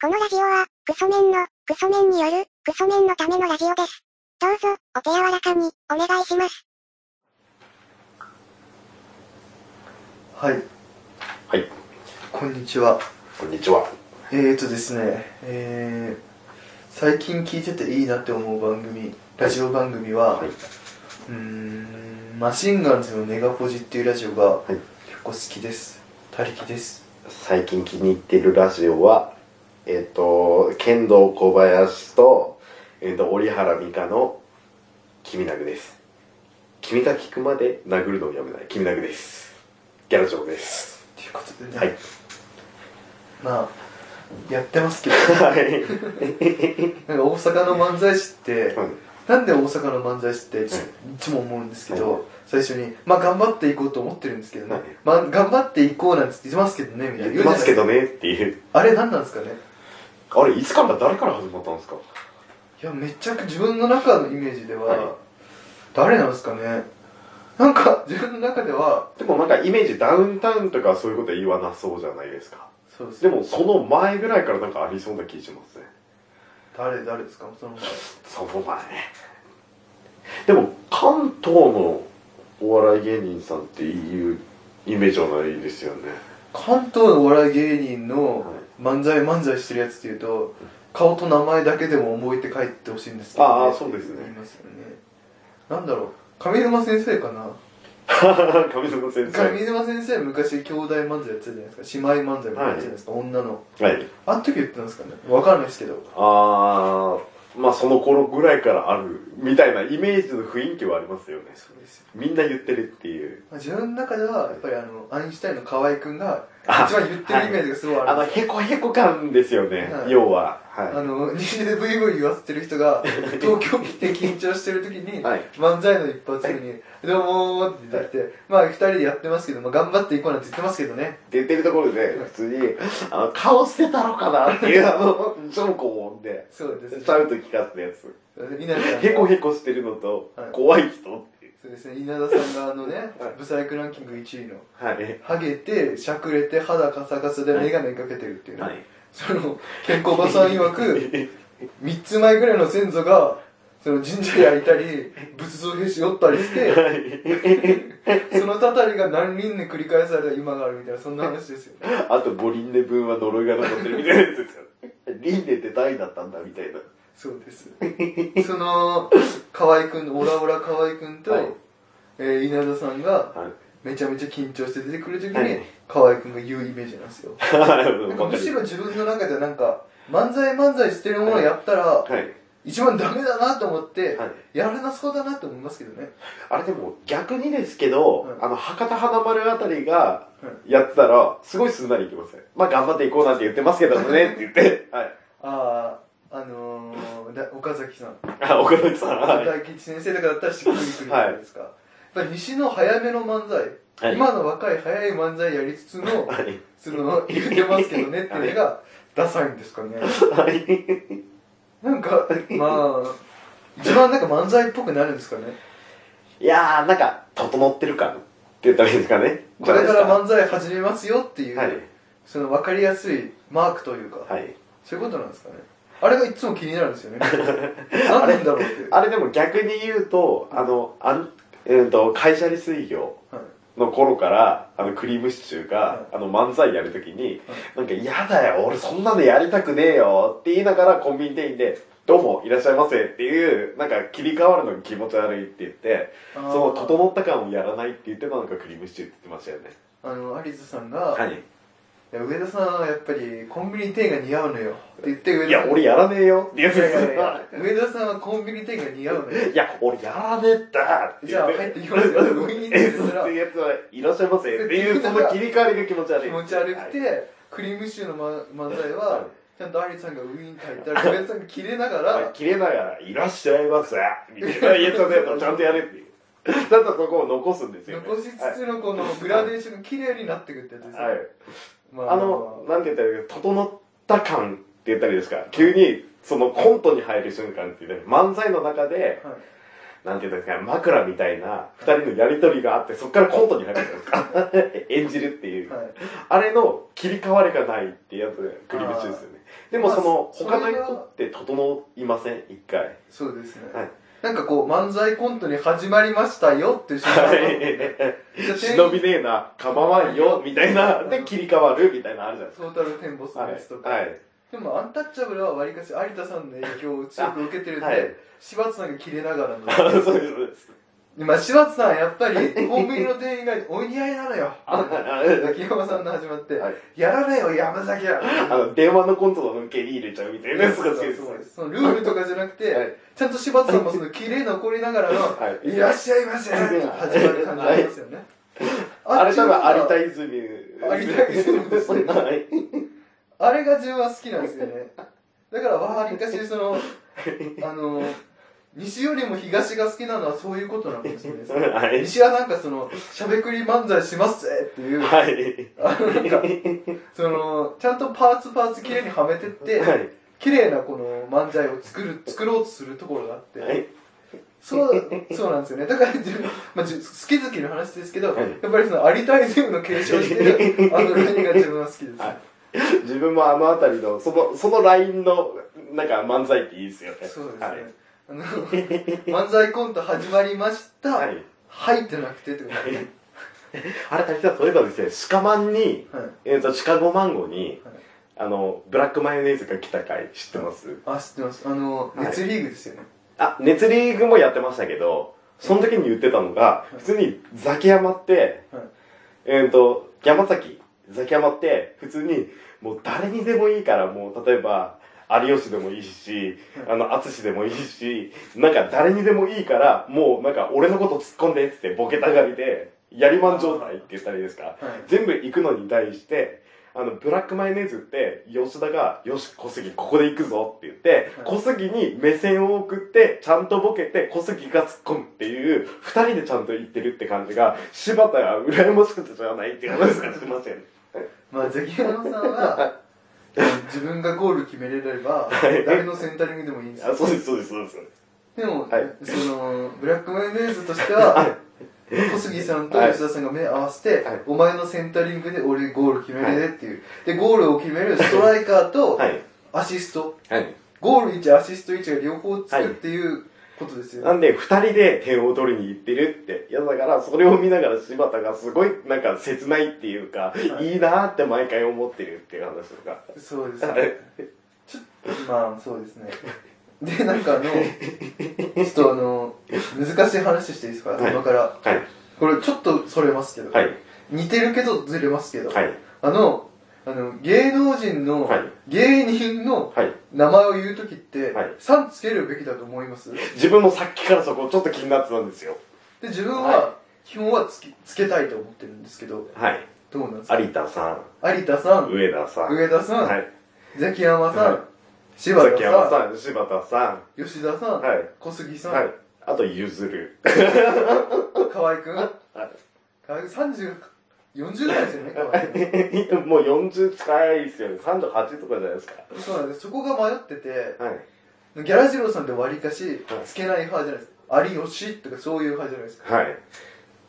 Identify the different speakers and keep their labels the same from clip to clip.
Speaker 1: このラジオは、クソメンの、クソメンによる、クソメンのためのラジオです。どうぞ、お手柔らかに、お願いします。
Speaker 2: はい、
Speaker 3: はい、
Speaker 2: こんにちは。
Speaker 3: こんにちは。
Speaker 2: えーとですね、えー、最近聞いてていいなって思う番組、ラジオ番組は、
Speaker 3: はいう
Speaker 2: ーん、マシンガンズのネガポジっていうラジオが
Speaker 3: はい
Speaker 2: 結構好きです。他力です。
Speaker 3: 最近気に入ってるラジオは、えっ、と、剣道小林と、えっ、と、折原美香の、君殴です。君が聞くまで殴るのをやめない。君殴です。ギャラジョーです。
Speaker 2: ということでね、
Speaker 3: はい。
Speaker 2: まあ、やってますけ ど、
Speaker 3: はい。
Speaker 2: なんか大阪の漫才師って、
Speaker 3: はい
Speaker 2: なんで大阪の漫才師ってち
Speaker 3: はい
Speaker 2: いつも思うんですけど、
Speaker 3: はい
Speaker 2: 最初に、まあ頑張っていこうと思ってるんですけどね、
Speaker 3: はい
Speaker 2: まあ頑張っていこうなんて言ってますけどね、みたいな言
Speaker 3: やって
Speaker 2: うじゃな
Speaker 3: ま
Speaker 2: い
Speaker 3: す
Speaker 2: です
Speaker 3: け
Speaker 2: か
Speaker 3: ど。ねっていう。
Speaker 2: あれ何なんですかね
Speaker 3: あれ、いつから誰から始まったんですか
Speaker 2: いやめちゃく自分の中のイメージでは、
Speaker 3: はい
Speaker 2: 誰なんですかねなんか自分の中では
Speaker 3: でもなんかイメージダウンタウンとかそういうこと言わなそうじゃないですか。
Speaker 2: そうです
Speaker 3: でもその前ぐらいからなんかありそうな気しますね。
Speaker 2: 誰誰ですかその
Speaker 3: その前でも関東のお笑い芸人さんっていうイメージはないですよね
Speaker 2: 関東のお笑い芸人の
Speaker 3: は
Speaker 2: 漫才漫才してるやつっていうと顔と名前だけでも覚えて帰ってほしいんですけど、
Speaker 3: ああそうですね
Speaker 2: 言いますよねなんだろう上沼先生かな
Speaker 3: 上沼先生
Speaker 2: 上沼先生昔兄弟漫才やってたじゃないですか姉妹漫才もやってたじゃないですか、女の
Speaker 3: はい
Speaker 2: あの時言ってたんですかねわかんないですけど
Speaker 3: ああまあその頃ぐらいからあるみたいなイメージの雰囲気はありますよね
Speaker 2: そうですよ
Speaker 3: みんな言ってるっていう
Speaker 2: まあ自分の中ではやっぱりあのアインシュタインの河合くんが
Speaker 3: あ
Speaker 2: 一番言ってるイメージがすごい
Speaker 3: あ
Speaker 2: あ
Speaker 3: の
Speaker 2: るんです
Speaker 3: へこへこ感ですよね、
Speaker 2: はい
Speaker 3: 要は
Speaker 2: あ
Speaker 3: は
Speaker 2: の西でブイブイ言わせてる人が東京来て緊張してる時に、
Speaker 3: はい
Speaker 2: 漫才の一発目に「どうも」って言ってきて、まあ二人でやってますけど、まあ、頑張っていこうなんて言ってますけどね
Speaker 3: い出てるところで普通にあの顔捨てたのかなっていうあの ジョーコもんで
Speaker 2: そうですね
Speaker 3: シャウト聞かせたやつ
Speaker 2: 稲田さんが
Speaker 3: へこへこしてるのと
Speaker 2: はい、
Speaker 3: 怖い人っていう。
Speaker 2: そうですね稲田さんがあのね
Speaker 3: はい
Speaker 2: ブサイクランキング1位の
Speaker 3: はい。
Speaker 2: ハゲてしゃくれて肌カサカサで眼鏡かけてるっていうね、
Speaker 3: はい。
Speaker 2: その健康おばさん曰く3つ前ぐらいの先祖がその神社焼いたり仏像へし折ったりしてそのたたりが何輪で繰り返された今があるみたいなそんな話ですよね
Speaker 3: あと、五輪で分は呪いが残ってるみたいなやつですよ。輪廻って大だったんだみたいな。
Speaker 2: そうですその河合くんのオラオラ河合くんと、
Speaker 3: はい
Speaker 2: えー稲田さんが
Speaker 3: はい。
Speaker 2: めちゃめちゃ緊張して出てくる時に、
Speaker 3: はい
Speaker 2: 河合くんが言うイメージなんですよなんかむしろ自分の中でなんか漫才漫才してるものやったら、
Speaker 3: はい。
Speaker 2: 一番ダメだなと思って、
Speaker 3: はい
Speaker 2: やらなそうだなと思いますけどね
Speaker 3: あれでも逆にですけど
Speaker 2: はい、
Speaker 3: あの、博多華丸あたりが
Speaker 2: は
Speaker 3: やってたら、すごいすんなりいきますね。まあ頑張っていこうなんて言ってますけどもねって言って、はい。
Speaker 2: あああのー、だ岡崎 さん
Speaker 3: あ、岡崎さん。はい。
Speaker 2: 大吉先生とかだったらしっくりくるじゃないですか、やっぱり西の早めの漫才、
Speaker 3: はい
Speaker 2: 今の若い早い漫才やりつつ の
Speaker 3: はい。
Speaker 2: その言ってますけどねっていうのが ダサいんですかね
Speaker 3: はい。
Speaker 2: なんかまあ一番なんか漫才っぽくなるんですかね
Speaker 3: いやー、なんか、整ってる感って言ったらいいんですかね。
Speaker 2: これか
Speaker 3: じゃな
Speaker 2: ら
Speaker 3: い
Speaker 2: 漫才始めますよっていう、
Speaker 3: で
Speaker 2: その分かりやすいマークというか、
Speaker 3: すかはい。はい。
Speaker 2: そういうことなんですかねあれがいつも気になるんですよ ね何なんだろうっていう
Speaker 3: あれでも逆に言うと、あの、あん、うんと、会社利水魚
Speaker 2: はい
Speaker 3: の頃から、あの、クリームシチュー
Speaker 2: は
Speaker 3: が、あの、漫才やるときに、なんか、やだよ、俺そんなのやりたくねえよって言いながらコンビニ店員で、どうも、いらっしゃいませっていう、なんか、切り替わるのが気持ち悪いって言って、
Speaker 2: あ
Speaker 3: そ
Speaker 2: ー
Speaker 3: の、整った感をやらないって言ってたのがクリームシチューって言ってましたよね。
Speaker 2: あの有田さんが、
Speaker 3: はい。
Speaker 2: いや上田さんはやっぱりコンビニ店員が似合うのよって言って上
Speaker 3: い
Speaker 2: 田さ
Speaker 3: や
Speaker 2: ん、
Speaker 3: 俺やらねえよって言っ
Speaker 2: い
Speaker 3: て
Speaker 2: やいやい
Speaker 3: た
Speaker 2: や。上田さんはコンビニ店員が似合うのよ
Speaker 3: いや、俺やらねえんだ
Speaker 2: じゃあ入ってきますよウィーンって
Speaker 3: え、
Speaker 2: 言ったら
Speaker 3: やつはいらっしゃいませっていう、その切り替わりが気持ち悪い。
Speaker 2: 気持ち悪くて、
Speaker 3: はい
Speaker 2: クリームシチューの、ま、漫才
Speaker 3: は
Speaker 2: はいちゃんと有田さんがウィーンって入ったら上田さんがキレながら、
Speaker 3: はい切れながら、いらっしゃいませみたいな。いや、ちょっとやっぱちゃんとやれっていう。だったらそこを残すんですよね。
Speaker 2: 残しつつのこのグラデーションが綺麗になってくってやつですね、
Speaker 3: はい。
Speaker 2: ま
Speaker 3: あの、なんて言ったらいいですか、整った感って言ったらいいですか、急に、そのコントに入る瞬間っていうね、漫才の中で、
Speaker 2: はい
Speaker 3: なんていうんですかね、枕みたいな二人のやりとりがあって、そこからコントに入るじゃないですか。 演じるっていう。
Speaker 2: はい
Speaker 3: あれの切り替わりがないってやつが繰り口ですよね。でもその、
Speaker 2: まあ
Speaker 3: 他の人って整いません一回。
Speaker 2: そうですね、
Speaker 3: はい
Speaker 2: なんかこう漫才コントに始まりましたよっていう瞬間じゃあ
Speaker 3: 忍びねえな、構わんよ、みたいな。で、切り替わるみたいなのあるじゃないです
Speaker 2: トータルテンボス
Speaker 3: か。
Speaker 2: のやつとか、
Speaker 3: はい。はい。
Speaker 2: でもアンタッチャブルはわりかし有田さんの影響を強く受けてるんで、
Speaker 3: はい
Speaker 2: 柴田さんが切れながらの
Speaker 3: あそうです、そうです。
Speaker 2: でまあ柴田さんはやっぱりコンビニの店員が「お似合いなのよ」
Speaker 3: あ
Speaker 2: 崎山さんの始まって「
Speaker 3: はい
Speaker 2: やられよ山崎や」
Speaker 3: あの、電話のコントの文系に入れちゃうみたいなやつが好きです。
Speaker 2: そうですそのルールとかじゃなくて、
Speaker 3: はい
Speaker 2: ちゃんと柴田さんもその綺麗残りながらの「
Speaker 3: はい
Speaker 2: い、らっしゃいませ」って始まる感じありますよね、
Speaker 3: あれ多分有
Speaker 2: い
Speaker 3: 田泉。
Speaker 2: 有田泉ですね
Speaker 3: はい。
Speaker 2: あれが自分は好きなんですよね。だから、わりかし、その、あの、西よりも東が好きなのはそういうことなのかも しれないですね。
Speaker 3: はい。
Speaker 2: 西はなんかその、しゃべくり漫才しますぜっていう、
Speaker 3: はい。
Speaker 2: あのなんか、その、ちゃんとパーツパーツ綺麗にはめてって、
Speaker 3: はい。
Speaker 2: 綺麗なこの漫才を作る、作ろうとするところがあって、
Speaker 3: はい。
Speaker 2: そう、そうなんですよね。だから自分、まあ、じ好き好きの話ですけど、
Speaker 3: はい
Speaker 2: やっぱりその、アリタイズムの継承してる、あのラインが自分は好きです。
Speaker 3: はい自分もあのあたりの、その、そのラインの、なんか漫才っていいですよね。
Speaker 2: そうですね。
Speaker 3: はい。
Speaker 2: あの、漫才コント始まりました。
Speaker 3: は
Speaker 2: はい。
Speaker 3: い。
Speaker 2: ってなくてってことですね。
Speaker 3: あれ、滝沢さん、そういえばですね、シカマンに、
Speaker 2: はい。
Speaker 3: えっと、シカゴマンゴに
Speaker 2: はい、
Speaker 3: あの、ブラックマヨネーズが来た回、知ってます
Speaker 2: あ、知ってます。あの、
Speaker 3: はい
Speaker 2: 熱リーグですよね。
Speaker 3: あ、熱リーグもやってましたけど、その時に言ってたのが、
Speaker 2: い
Speaker 3: 普通にザキヤマって、
Speaker 2: はい
Speaker 3: えっ、と、山崎、ザキヤマって、普通に、もう誰にでもいいから、もう例えば、有吉でもいいし、あの、淳でもいいし、なんか誰にでもいいから、もうなんか俺のこと突っ込んでっつってボケたがりで、やりまん状態って言ったらいいですか。
Speaker 2: はい。
Speaker 3: 全部行くのに対して、あの、ブラックマヨネーズって、吉田が、よし、小杉、ここで行くぞって言って、
Speaker 2: はい
Speaker 3: 小杉に目線を送って、ちゃんとボケて、小杉が突っ込むっていう、二人でちゃんと行ってるって感じが、柴田が羨ましくてじゃないっていう話がしてません。
Speaker 2: まあ、ザキヤマさん は、自分がゴール決めれれば、
Speaker 3: い
Speaker 2: 誰のセンタリングでもいいんです
Speaker 3: あ、
Speaker 2: よ。
Speaker 3: そうです、そうです、そうです。
Speaker 2: でも、
Speaker 3: はい
Speaker 2: その、ブラックマヨネーズとして
Speaker 3: は
Speaker 2: は、
Speaker 3: い。
Speaker 2: 小杉さんと吉田さんが目合わせて、
Speaker 3: はい
Speaker 2: お前のセンタリングで俺ゴール決めれねっていう。で、ゴールを決めるストライカーと
Speaker 3: はい。
Speaker 2: アシスト。
Speaker 3: はい。
Speaker 2: ゴール1、アシスト1が両方つくっていうことですよね。
Speaker 3: なんで、二人で点を取りに行ってるって。いや、だから、それを見ながら柴田がすごい、なんか、切ないっていう
Speaker 2: は
Speaker 3: か、
Speaker 2: い
Speaker 3: い、いなーって毎回思ってるっていう話とか。
Speaker 2: そうですね。ちょっと、まあ、そうです ね。で、なんかあの、ちょっとあの、難しい話していいですか
Speaker 3: はい
Speaker 2: 今から。
Speaker 3: はい。
Speaker 2: これちょっとそれますけど。
Speaker 3: はい。
Speaker 2: 似てるけどずれますけど。
Speaker 3: はい。
Speaker 2: あの、あの、芸能人の
Speaker 3: はい、
Speaker 2: 芸人の
Speaker 3: はい。
Speaker 2: 名前を言うときって
Speaker 3: はい、
Speaker 2: さんつけるべきだと思いますで、
Speaker 3: 自分もさっきからそこちょっと気になってたんですよ。
Speaker 2: 自分
Speaker 3: は
Speaker 2: は、基本はつけ、つけたいと思ってるんですけど、
Speaker 3: はい。
Speaker 2: どうなんですか
Speaker 3: 有田さ
Speaker 2: 有田さ
Speaker 3: ん、
Speaker 2: ん、
Speaker 3: 上田さん。
Speaker 2: 上田さん、
Speaker 3: はい。
Speaker 2: ザキヤマさん、
Speaker 3: はい
Speaker 2: 柴
Speaker 3: 崎
Speaker 2: 田さ
Speaker 3: 山
Speaker 2: ん
Speaker 3: さん、柴田さ
Speaker 2: 吉田さん、
Speaker 3: ん。はい。
Speaker 2: 小杉さん、
Speaker 3: はい。あと、ゆずる。
Speaker 2: 河合くん、
Speaker 3: はい
Speaker 2: 河合くん30、40代ですよね、河合くん。
Speaker 3: もう40近いですよね。38とかじゃないですか。
Speaker 2: そうなんです、そこが迷ってて、
Speaker 3: はい。
Speaker 2: ギャラジローさんってわりかし
Speaker 3: はい、
Speaker 2: つけない派じゃないですか。有吉とかそういう派じゃないですか。
Speaker 3: はい。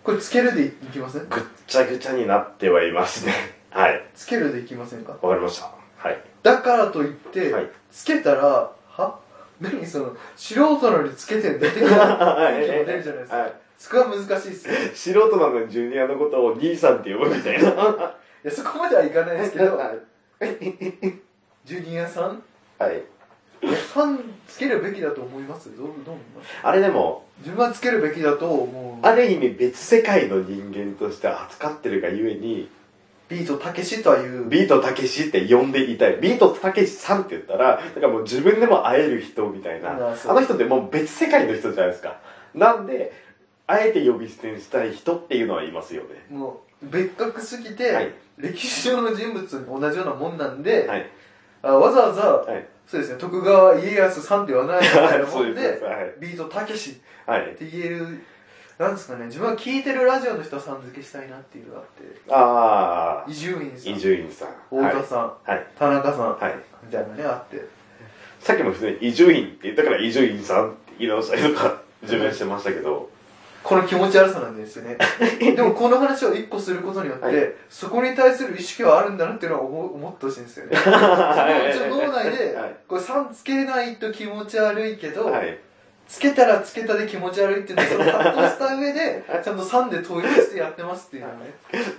Speaker 2: これつけるでいきません
Speaker 3: ぐっちゃぐちゃになってはい ますね。はい。
Speaker 2: つけるでいきませんか
Speaker 3: わかりました。はい。
Speaker 2: だからといって、
Speaker 3: はい
Speaker 2: つけたら、は何その、素人なのにつけて出 てこない時も出るじゃないですか。
Speaker 3: はい
Speaker 2: そこは難しいですよ。い
Speaker 3: 素人なのにジュニアのことを兄さんって呼ぶみたいな。
Speaker 2: や、そこまではいか ないですけど、
Speaker 3: は
Speaker 2: ジュニアさん
Speaker 3: い。
Speaker 2: さんつけるべきだと思いますどうどう思います
Speaker 3: あれでも、
Speaker 2: 自分はつけるべきだと思う
Speaker 3: ある意味別世界の人間として扱ってるがゆえに、
Speaker 2: ビートたけしという
Speaker 3: ビートたけしって呼んでいたい。ビートたけしさんって言ったら、なんかもう自分でも会える人みたいな。
Speaker 2: あ
Speaker 3: あ
Speaker 2: そう
Speaker 3: の人ってもう別世界の人じゃないですか。なんで、あえて呼び捨てにしたい人っていうのはいますよね。
Speaker 2: もう別格すぎて、
Speaker 3: はい
Speaker 2: 歴史上の人物に同じようなもんなんで、
Speaker 3: はい。
Speaker 2: あわざわざ、
Speaker 3: はい。
Speaker 2: そうですね徳川家康さんではないみたいなも
Speaker 3: そうで
Speaker 2: ん
Speaker 3: す
Speaker 2: で
Speaker 3: そうです。はい。
Speaker 2: ビートたけしっ
Speaker 3: はい。
Speaker 2: て言えるなんですかね自分は聞いてるラジオの人はさん付けしたいなっていうのがあって
Speaker 3: ああ、
Speaker 2: 伊集院さん
Speaker 3: 伊集院さん。は
Speaker 2: 太
Speaker 3: い。
Speaker 2: 田さん、
Speaker 3: はい。
Speaker 2: 田中さん、
Speaker 3: はい。
Speaker 2: みたいなねあって
Speaker 3: さっきも普通に伊集院って言ったから伊集院さんって言い直したりとか。自分してましたけ ど、
Speaker 2: この気持ち悪さなんです よねでもこの話を一個することによって、
Speaker 3: はい
Speaker 2: そこに対する意識はあるんだなっていうのは思思ってほしいんですよ ねその脳内で、
Speaker 3: はい
Speaker 2: これ3つけないと気持ち悪いけど、
Speaker 3: はい、
Speaker 2: つけたらつけたで気持ち悪いっていうのをその葛藤した上でちゃんと3で統一してやってますっていうのね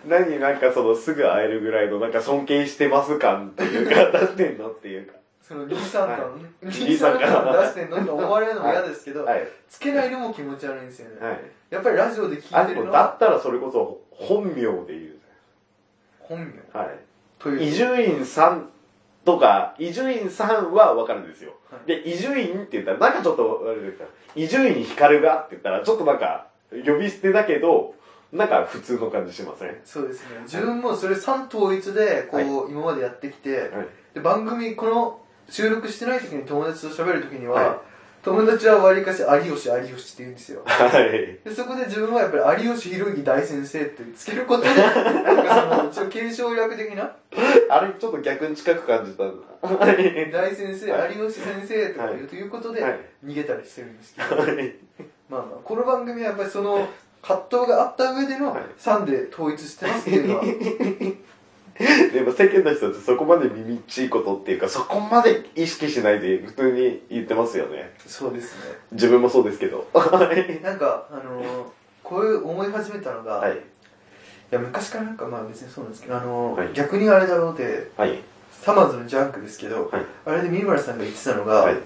Speaker 3: 何なんかそのすぐ会えるぐらいのなんか尊敬してます感っていうか 出してんのっていうか
Speaker 2: その23感
Speaker 3: は
Speaker 2: 23感出してんのって思われるのも嫌ですけど、
Speaker 3: はい
Speaker 2: つけないのも気持ち悪いんですよね、
Speaker 3: はい
Speaker 2: やっぱりラジオで聞
Speaker 3: あ
Speaker 2: いて
Speaker 3: で
Speaker 2: るの
Speaker 3: もだ
Speaker 2: は
Speaker 3: ったらそれこそ本名で言う
Speaker 2: 本名
Speaker 3: じゃないはい
Speaker 2: という
Speaker 3: 伊集院さんとか、伊集院さんはわかるんですよ。
Speaker 2: はい
Speaker 3: で、伊集院って言ったら、なんかちょっと、あれですか、伊集院光がって言ったら、ちょっとなんか、呼び捨てだけど、なんか普通の感じしませんはい。
Speaker 2: そうですね自分もそれ3統一でこう、今までやってきて、で番組この収録してない時に友達と喋る時には、
Speaker 3: はい
Speaker 2: 友達はわりかし有吉有吉って言うんですよ
Speaker 3: はい。
Speaker 2: でそこで自分はやっぱり有吉弘行大先生ってつけること でなんかその一応継承略的な
Speaker 3: あれ、ちょっと逆に近く感じたんだ。はい。
Speaker 2: 大先生、
Speaker 3: はい
Speaker 2: 有吉先生とか
Speaker 3: はい
Speaker 2: いうということで、
Speaker 3: はい
Speaker 2: 逃げたりしてるんですけど、まあまあこの番組はやっぱりその葛藤があった上での
Speaker 3: はい
Speaker 2: 3で統一してますっていう のは
Speaker 3: でも世間の人ってそこまで耳っちいことっていうか、そこまで意識しないで普通に言ってますよね。
Speaker 2: そうですね
Speaker 3: 自分もそうですけど。 はい。
Speaker 2: なんかあのーこういう思い始めたのが、、
Speaker 3: はいい。
Speaker 2: や昔からなんかまあ別にそうなんですけど、あのー
Speaker 3: はい
Speaker 2: 逆にあれだろうで
Speaker 3: はい。
Speaker 2: サマーズのジャンクですけど、
Speaker 3: はい
Speaker 2: あれで三村さんが言ってたのが、
Speaker 3: はい。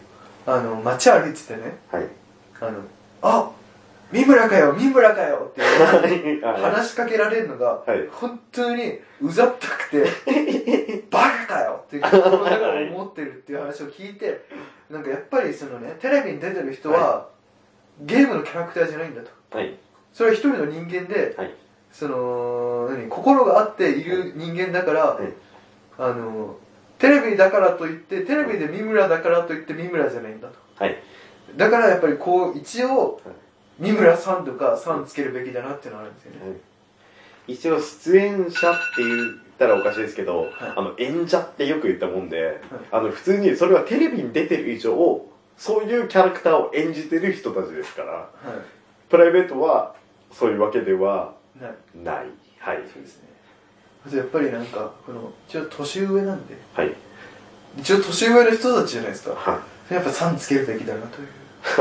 Speaker 2: あの街歩いててね
Speaker 3: はい。
Speaker 2: あの「あ三村かよ三村かよ」って
Speaker 3: はい。
Speaker 2: 話しかけられるのが、
Speaker 3: はい
Speaker 2: 本当にうざったくて 「バカかよ!」って心の中で思ってるっていう話を聞いてなんかやっぱりそのねテレビに出てる人は、ゲームのキャラクターじゃないんだと
Speaker 3: はい。
Speaker 2: それは一人の人間で
Speaker 3: はい。
Speaker 2: その何心があっている人間だから、
Speaker 3: はい
Speaker 2: あのテレビだからといってテレビで三村だからといって三村じゃないんだと
Speaker 3: はい。
Speaker 2: だからやっぱりこう一応
Speaker 3: はい
Speaker 2: 三村さんとかさんつけるべきだなっていうのはあるんですよね
Speaker 3: 一応出演者って言ったらおかしいですけど、
Speaker 2: い
Speaker 3: あの演者ってよく言ったもんで、あの普通にそれはテレビに出てる以上そういうキャラクターを演じてる人たちですから
Speaker 2: は
Speaker 3: プライベートはそういうわけではい
Speaker 2: ない
Speaker 3: ないはい
Speaker 2: そうですねあとやっぱりなんかこの一応年上なんで
Speaker 3: はい
Speaker 2: 一応年上の人たちじゃないですか
Speaker 3: は
Speaker 2: やっぱさんつけるべきだなと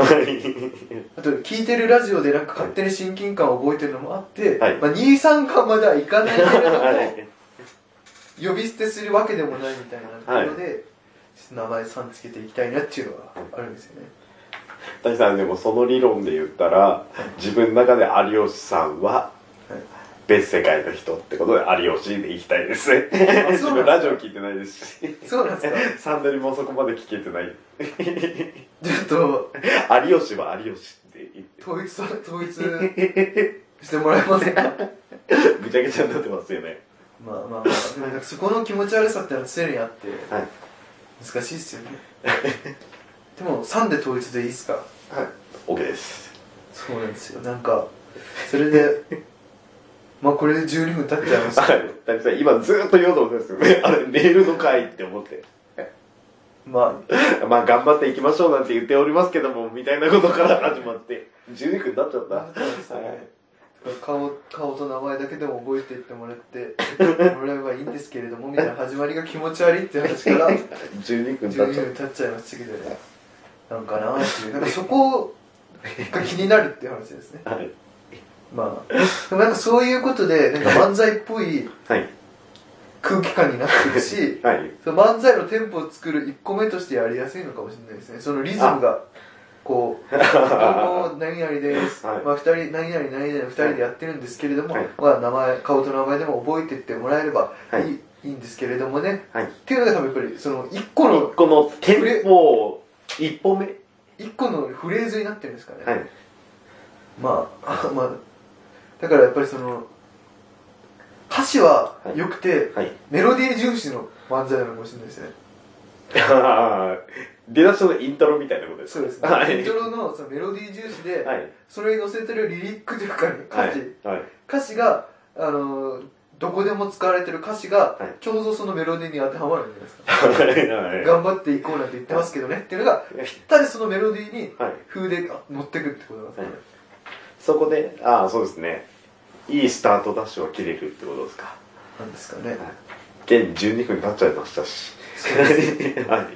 Speaker 2: いう
Speaker 3: い
Speaker 2: あと聞いてるラジオでなんか勝手に親近感を覚えてるのもあって、
Speaker 3: はい
Speaker 2: まあ、23巻まで はいかないけれども、
Speaker 3: はい
Speaker 2: 呼び捨てするわけでもないみたいなところで、ちょっと名前さんつけていきたいなっていうのがあるんですよね
Speaker 3: 谷さんでもその理論で言ったら自分の中で有吉さんは
Speaker 2: はい
Speaker 3: 別世界の人ってことで有吉でいきたいですね
Speaker 2: あ
Speaker 3: 自
Speaker 2: そうなんですか
Speaker 3: 分ラジオ聞いてないですし
Speaker 2: そうなんですか
Speaker 3: サンドリもそこまで聞けてない。
Speaker 2: ちょっと
Speaker 3: 有吉は有吉って言って、
Speaker 2: 統一さ統一してもらえません か
Speaker 3: ぐちゃぐちゃになってますよね。
Speaker 2: まあまあまあでもなんかそこの気持ち悪さってのは常にあって
Speaker 3: はい。
Speaker 2: 難しいっすよねでも3で統一でいいっすか
Speaker 3: はい。OK です。
Speaker 2: そうなんですよなんかそれでまあこれで12分経っちゃいました
Speaker 3: はい。谷さん、今ずーっと言おうと思ってたんですけど、あれ、メールの回って思って。
Speaker 2: まあ
Speaker 3: まあ、頑張っていきましょうなんて言っておりますけども、みたいなことから始まって、12分になっちゃった。
Speaker 2: なっちゃいましたね
Speaker 3: はい
Speaker 2: 顔顔と名前だけでも覚えていってもらってもらえばいいんですけれどもみたいな始まりが気持ち悪いっていう話から
Speaker 3: 12分になっ
Speaker 2: 12
Speaker 3: ちゃっ
Speaker 2: 分経っちゃいましたけどねなんかなっていうなんかそこが気になるっていう話ですね
Speaker 3: た。はい。
Speaker 2: まあでもなんかそういうことでなんか漫才っぽい
Speaker 3: はい。
Speaker 2: 空気感になってるし
Speaker 3: はい。
Speaker 2: その漫才のテンポを作る1個目としてやりやすいのかもしれないですねそのリズムがこう「どうも何々です」
Speaker 3: はい
Speaker 2: まあ、2人何々何々2人でやってるんですけれども、
Speaker 3: はい
Speaker 2: まあ、名前顔と名前でも覚えてってもらえればいい,、
Speaker 3: はい
Speaker 2: い、いんですけれどもね
Speaker 3: はい。
Speaker 2: っていうのが多分やっぱりその1個の
Speaker 3: このテンポ、一歩目。
Speaker 2: 一個のフレーズになってるんですかね、
Speaker 3: はい。
Speaker 2: まあ まあだからやっぱりその歌詞は良くて、
Speaker 3: はい。
Speaker 2: メロディー重視の漫才なのかもしれないですね
Speaker 3: あー 出だしのイントロみたいなことです
Speaker 2: そうですね、
Speaker 3: はい。
Speaker 2: イントロのそのメロディー重視で、
Speaker 3: はい。
Speaker 2: それに載せてるリリックというか、ね、
Speaker 3: はい
Speaker 2: 歌詞、。
Speaker 3: はい。
Speaker 2: 歌詞があのーどこでも使われてる歌詞が
Speaker 3: はい
Speaker 2: ちょうどそのメロディーに当てはまるんじゃないですか
Speaker 3: はい
Speaker 2: 頑張っていこうなんて言ってますけどねっていうのがぴったりそのメロディーに
Speaker 3: はい
Speaker 2: 風で持ってくってことなんですか、
Speaker 3: はいそこでああそうですねいいスタートダッシュを切れるってことですか
Speaker 2: なんですかね、
Speaker 3: 現12分経っちゃいました し
Speaker 2: そうですまあまあ
Speaker 3: はい
Speaker 2: ま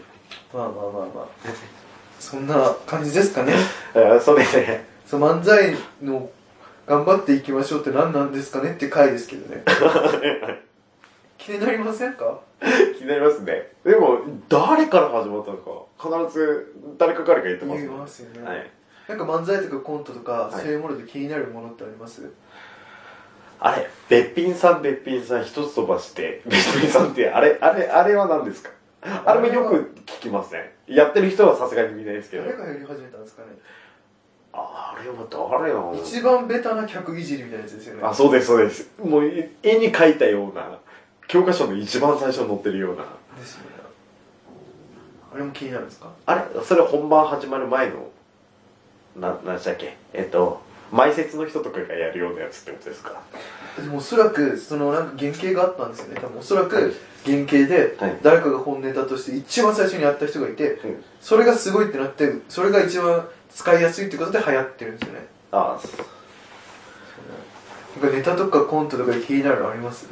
Speaker 2: あまあそんな感じですかね
Speaker 3: あそれで、
Speaker 2: その漫才の頑張っていきましょうって何なんですかねって回ですけどね気になりませんか
Speaker 3: 気になりますね。でも、誰から始まったのか、必ず誰かからが言ってます
Speaker 2: 言い
Speaker 3: ね。
Speaker 2: ますよね、
Speaker 3: はい。
Speaker 2: なんか漫才とかコントとか、
Speaker 3: はい
Speaker 2: そういうもので気になるものってあります
Speaker 3: あれ、べっぴんさん、べっぴんさん、一つ飛ばして、べっぴんさんって、あれ、あれ、あれは何ですかあれもよく聞きますね。やってる人はさすがに見ないですけど。
Speaker 2: 誰がやり始めたんですかね
Speaker 3: ああれは誰なの
Speaker 2: 一番ベタな客いじりみたいなやつですよね
Speaker 3: あ、そうです、そうです。もう、い絵に描いたような、教科書の一番最初に載ってるような。
Speaker 2: ですよねあれも気になるんですか
Speaker 3: あれそれ本番始まる前の、な、なんでしたっけえっと、前説の人とかがやるようなやつってことですか
Speaker 2: でもおそらくそのなんか原型があったんですよね多分おそら
Speaker 3: はい
Speaker 2: く原型で
Speaker 3: はい
Speaker 2: 誰かが本ネタとして一番最初にやった人がいて
Speaker 3: うん
Speaker 2: それがすごいってなってそれが一番使いやすいってことで流行ってるんですよね
Speaker 3: あ
Speaker 2: なんかネタとかコントとかで気になるのあります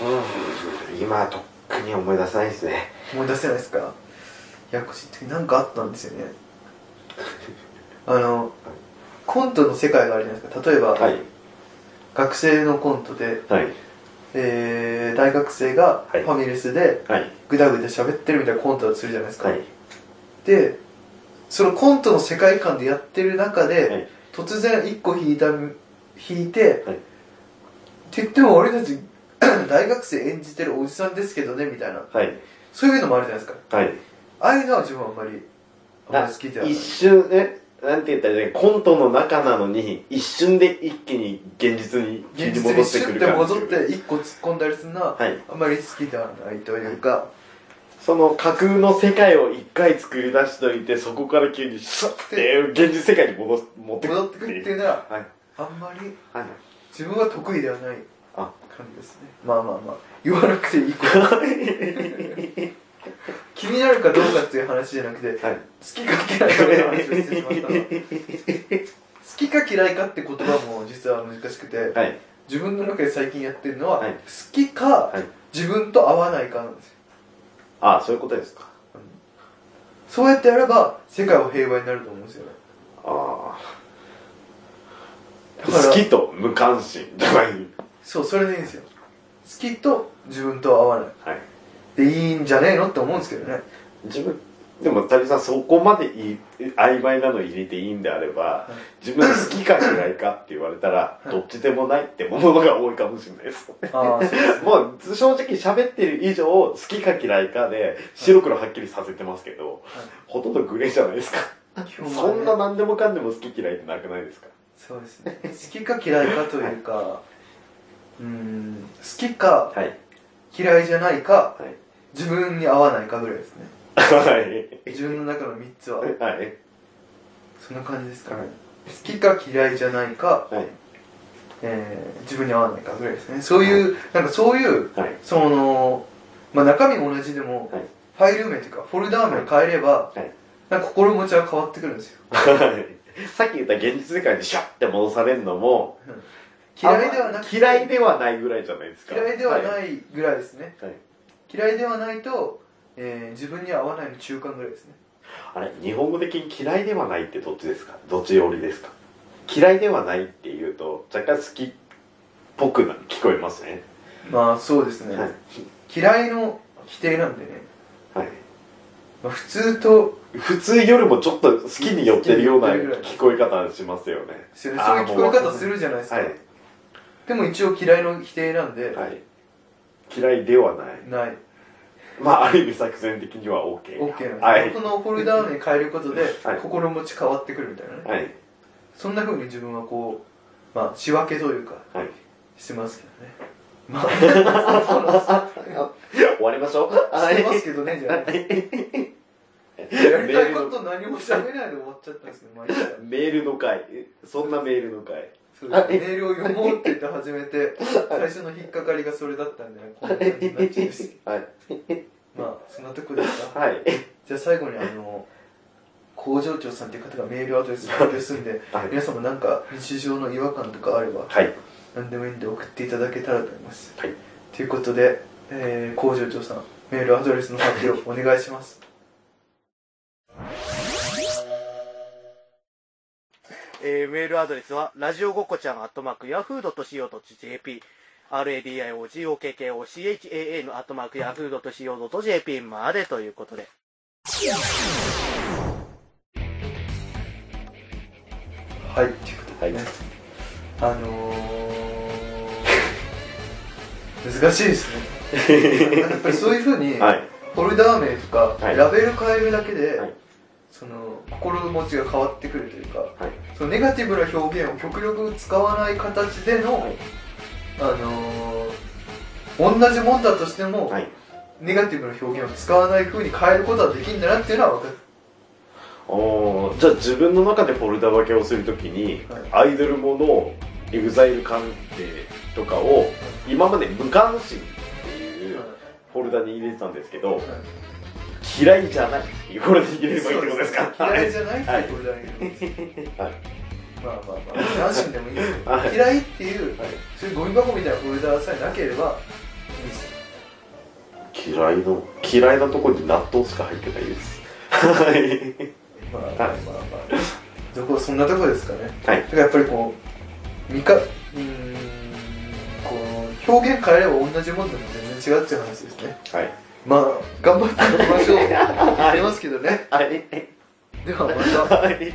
Speaker 3: うん今とっくに思い出せないですね
Speaker 2: 思い出せないですかややこしい時なんかあったんですよね あのコントの世界があるじゃないですか例えば、
Speaker 3: はい
Speaker 2: 学生のコントで、
Speaker 3: はい
Speaker 2: えー大学生が
Speaker 3: は
Speaker 2: フ
Speaker 3: い
Speaker 2: ァミレスで
Speaker 3: はい
Speaker 2: ぐだぐだ喋ってるみたいなコントをするじゃないですか、
Speaker 3: はい
Speaker 2: でそのコントの世界観でやってる中で、
Speaker 3: はい
Speaker 2: 突然一個引いた引いて、
Speaker 3: はい
Speaker 2: って言っても俺たち 大学生演じてるおじさんですけどねみたいな
Speaker 3: はい
Speaker 2: そういうのもあるじゃないですか
Speaker 3: はい
Speaker 2: ああいうのは自分はあんまりあんまり好きではない
Speaker 3: 一瞬ねなんて言ったらいいんだっけコントの中なのに一瞬で一気に現実に切
Speaker 2: 現
Speaker 3: り
Speaker 2: 実に
Speaker 3: 戻し
Speaker 2: シ
Speaker 3: て
Speaker 2: ュ
Speaker 3: く
Speaker 2: ッ
Speaker 3: る
Speaker 2: て
Speaker 3: 感
Speaker 2: 戻
Speaker 3: じ
Speaker 2: って一個突っ込んだりするのは
Speaker 3: はい
Speaker 2: あんまり好きではないというか、
Speaker 3: その架空の世界を一回作り出しといてそこから急にシュッて現実世界に戻す持ってく
Speaker 2: 戻ってくるっていうのは
Speaker 3: はい
Speaker 2: あんまり
Speaker 3: はい
Speaker 2: 自分は得意ではない
Speaker 3: あ
Speaker 2: 感じですねまあまあまあ言わなくていいこと気になるかどうかっていう話じゃなくて好
Speaker 3: はい
Speaker 2: きか嫌いかって話をしてしまったの好きか嫌いかって言葉も実は難しくて、
Speaker 3: はい
Speaker 2: 自分の中で最近やってるのは、
Speaker 3: はい
Speaker 2: 好きか、
Speaker 3: はい
Speaker 2: 自分と合わないかなんですよ
Speaker 3: あそういうことですか
Speaker 2: そうやってやれば世界は平和になると思うんですよね
Speaker 3: ああ
Speaker 2: だから
Speaker 3: 好きと無関心じゃない
Speaker 2: そうそれでいいんですよ好きと自分と合わない
Speaker 3: はい
Speaker 2: でいいんじゃねえのって思うんですけどね
Speaker 3: 自分でも旅さんそこまでいい曖昧なの入れていいんであれば、自分好きか嫌いかって言われたら、
Speaker 2: はい
Speaker 3: どっちでもないって思うのが多いかもしれないです
Speaker 2: ああそうですね
Speaker 3: もう正直喋ってる以上好きか嫌いかで白黒はっきりさせてますけど、ほとんどグレーじゃないですか、
Speaker 2: 基本は
Speaker 3: そ
Speaker 2: ね
Speaker 3: んな何でもかんでも好き嫌いってなくないですか
Speaker 2: そうですね好きか嫌いかというか、うーん好きか
Speaker 3: はい
Speaker 2: 嫌いじゃないか
Speaker 3: はい
Speaker 2: 自分に合わないかぐらいですね
Speaker 3: はい
Speaker 2: 自分の中の3つは
Speaker 3: はい
Speaker 2: そんな感じですかね好きか嫌いじゃないか、
Speaker 3: はい
Speaker 2: えー自分に合わないかぐらいですねそういうなんかそういう
Speaker 3: はい
Speaker 2: そのまあ中身も同じでも、
Speaker 3: はい
Speaker 2: ファイル名というかフォルダ名を変えれば、
Speaker 3: はい
Speaker 2: なんか心持ちは変わってくるんですよ
Speaker 3: はいさっき言った現実世界にシャッて戻されるのも
Speaker 2: 嫌いではなくて
Speaker 3: 嫌いではないぐらいじゃないですか
Speaker 2: 嫌いでは
Speaker 3: はい、
Speaker 2: ないぐらいですね、
Speaker 3: はい
Speaker 2: 嫌いではないと、えー自分には合わないの中間ぐらいですね
Speaker 3: あれ日本語的に嫌いではないってどっちですかどっち寄りですか嫌いではないっていうと若干好きっぽくな聞こえますね
Speaker 2: まあそうですね、
Speaker 3: はい
Speaker 2: 嫌いの否定なんでね、
Speaker 3: はい
Speaker 2: まあ、普通と
Speaker 3: 普通よりもちょっと好きに寄ってるような
Speaker 2: 好きに寄ってるぐらい
Speaker 3: 聞こえ方しますよね
Speaker 2: そういう
Speaker 3: あー
Speaker 2: 聞こえ方するじゃないですか、
Speaker 3: はい
Speaker 2: でも一応嫌いの否定なんで、
Speaker 3: はい嫌いではない
Speaker 2: ない
Speaker 3: まあある意味作戦的には OK な
Speaker 2: OK なんで、
Speaker 3: はい
Speaker 2: このフォルダ名変えることで、
Speaker 3: はい
Speaker 2: 心持ち変わってくるみたいなね、
Speaker 3: はい
Speaker 2: そんな風に自分はこうまあ仕分けというか
Speaker 3: はい
Speaker 2: してますけどねま あして
Speaker 3: 終わりましょうはい
Speaker 2: ますけどねじゃあねやりたいこと何も喋れないで終わっちゃったんですけど、毎回。
Speaker 3: メールの回そんなメールの回
Speaker 2: そそうですメールを読もうって言って始めて最初の引っかかりがそれだったんでこんな感じになっちゃうし
Speaker 3: はい。
Speaker 2: まあそんなとこですか
Speaker 3: はい。
Speaker 2: じゃあ最後にあの工場長さんという方がメールアドレス発表するんで
Speaker 3: はい
Speaker 2: 皆様なんか日常の違和感とかあれば
Speaker 3: はい。
Speaker 2: 何でもいいんで送っていただけたらと思います
Speaker 3: はい
Speaker 2: ということで、えー工場長さんメールアドレスの発表お願いします
Speaker 4: えーメールアドレスは、ラジオごっこちゃん、アットマーク、ヤフードと .co.jp、radiogockocha のアットマーク、ヤフードと .co.jp までということで。
Speaker 2: はいということで
Speaker 3: はい
Speaker 2: ね、。あのー、難しいです ねやっぱりそういうふうに、
Speaker 3: はい。
Speaker 2: フォルダー名とか、
Speaker 3: はい
Speaker 2: ラベル変えるだけで、
Speaker 3: はい
Speaker 2: その心持ちが変わってくるというか、
Speaker 3: はい
Speaker 2: そのネガティブな表現を極力使わない形での、
Speaker 3: はい
Speaker 2: あのー同じもんだとしても、
Speaker 3: はい。
Speaker 2: ネガティブな表現を使わない風に変えることはできるんだなっていうのは分か
Speaker 3: おーじゃあ自分の中でフォルダ分けをするときに、アイドルもの、エグザイル鑑定とかを、今まで無関心っていう
Speaker 2: る、
Speaker 3: フォルダに入れてたんですけど、
Speaker 2: はい
Speaker 3: 嫌いじゃないっていうフォルダに入れればいいってことですか
Speaker 2: 嫌い
Speaker 3: じ
Speaker 2: じゃないっていうことだけど、
Speaker 3: はい
Speaker 2: まあまあまあ何心でもいいですけど、
Speaker 3: はい
Speaker 2: 嫌いっていう、
Speaker 3: はい
Speaker 2: そういうゴミ箱みたいなフォルダーさえなければいいです
Speaker 3: ゃない嫌いの、嫌いなところに納豆しか入ってないです。はい。
Speaker 2: まあまあまあまあどこそんなとこですかね
Speaker 3: は
Speaker 2: だ。
Speaker 3: い
Speaker 2: からやっぱりこう見かうーんこう表現変えれば同じもんでも全然違うっていう話ですね
Speaker 3: はい。
Speaker 2: まあ頑張っていきましょう言ってますけどね
Speaker 3: はい。
Speaker 2: ではまた
Speaker 3: はい。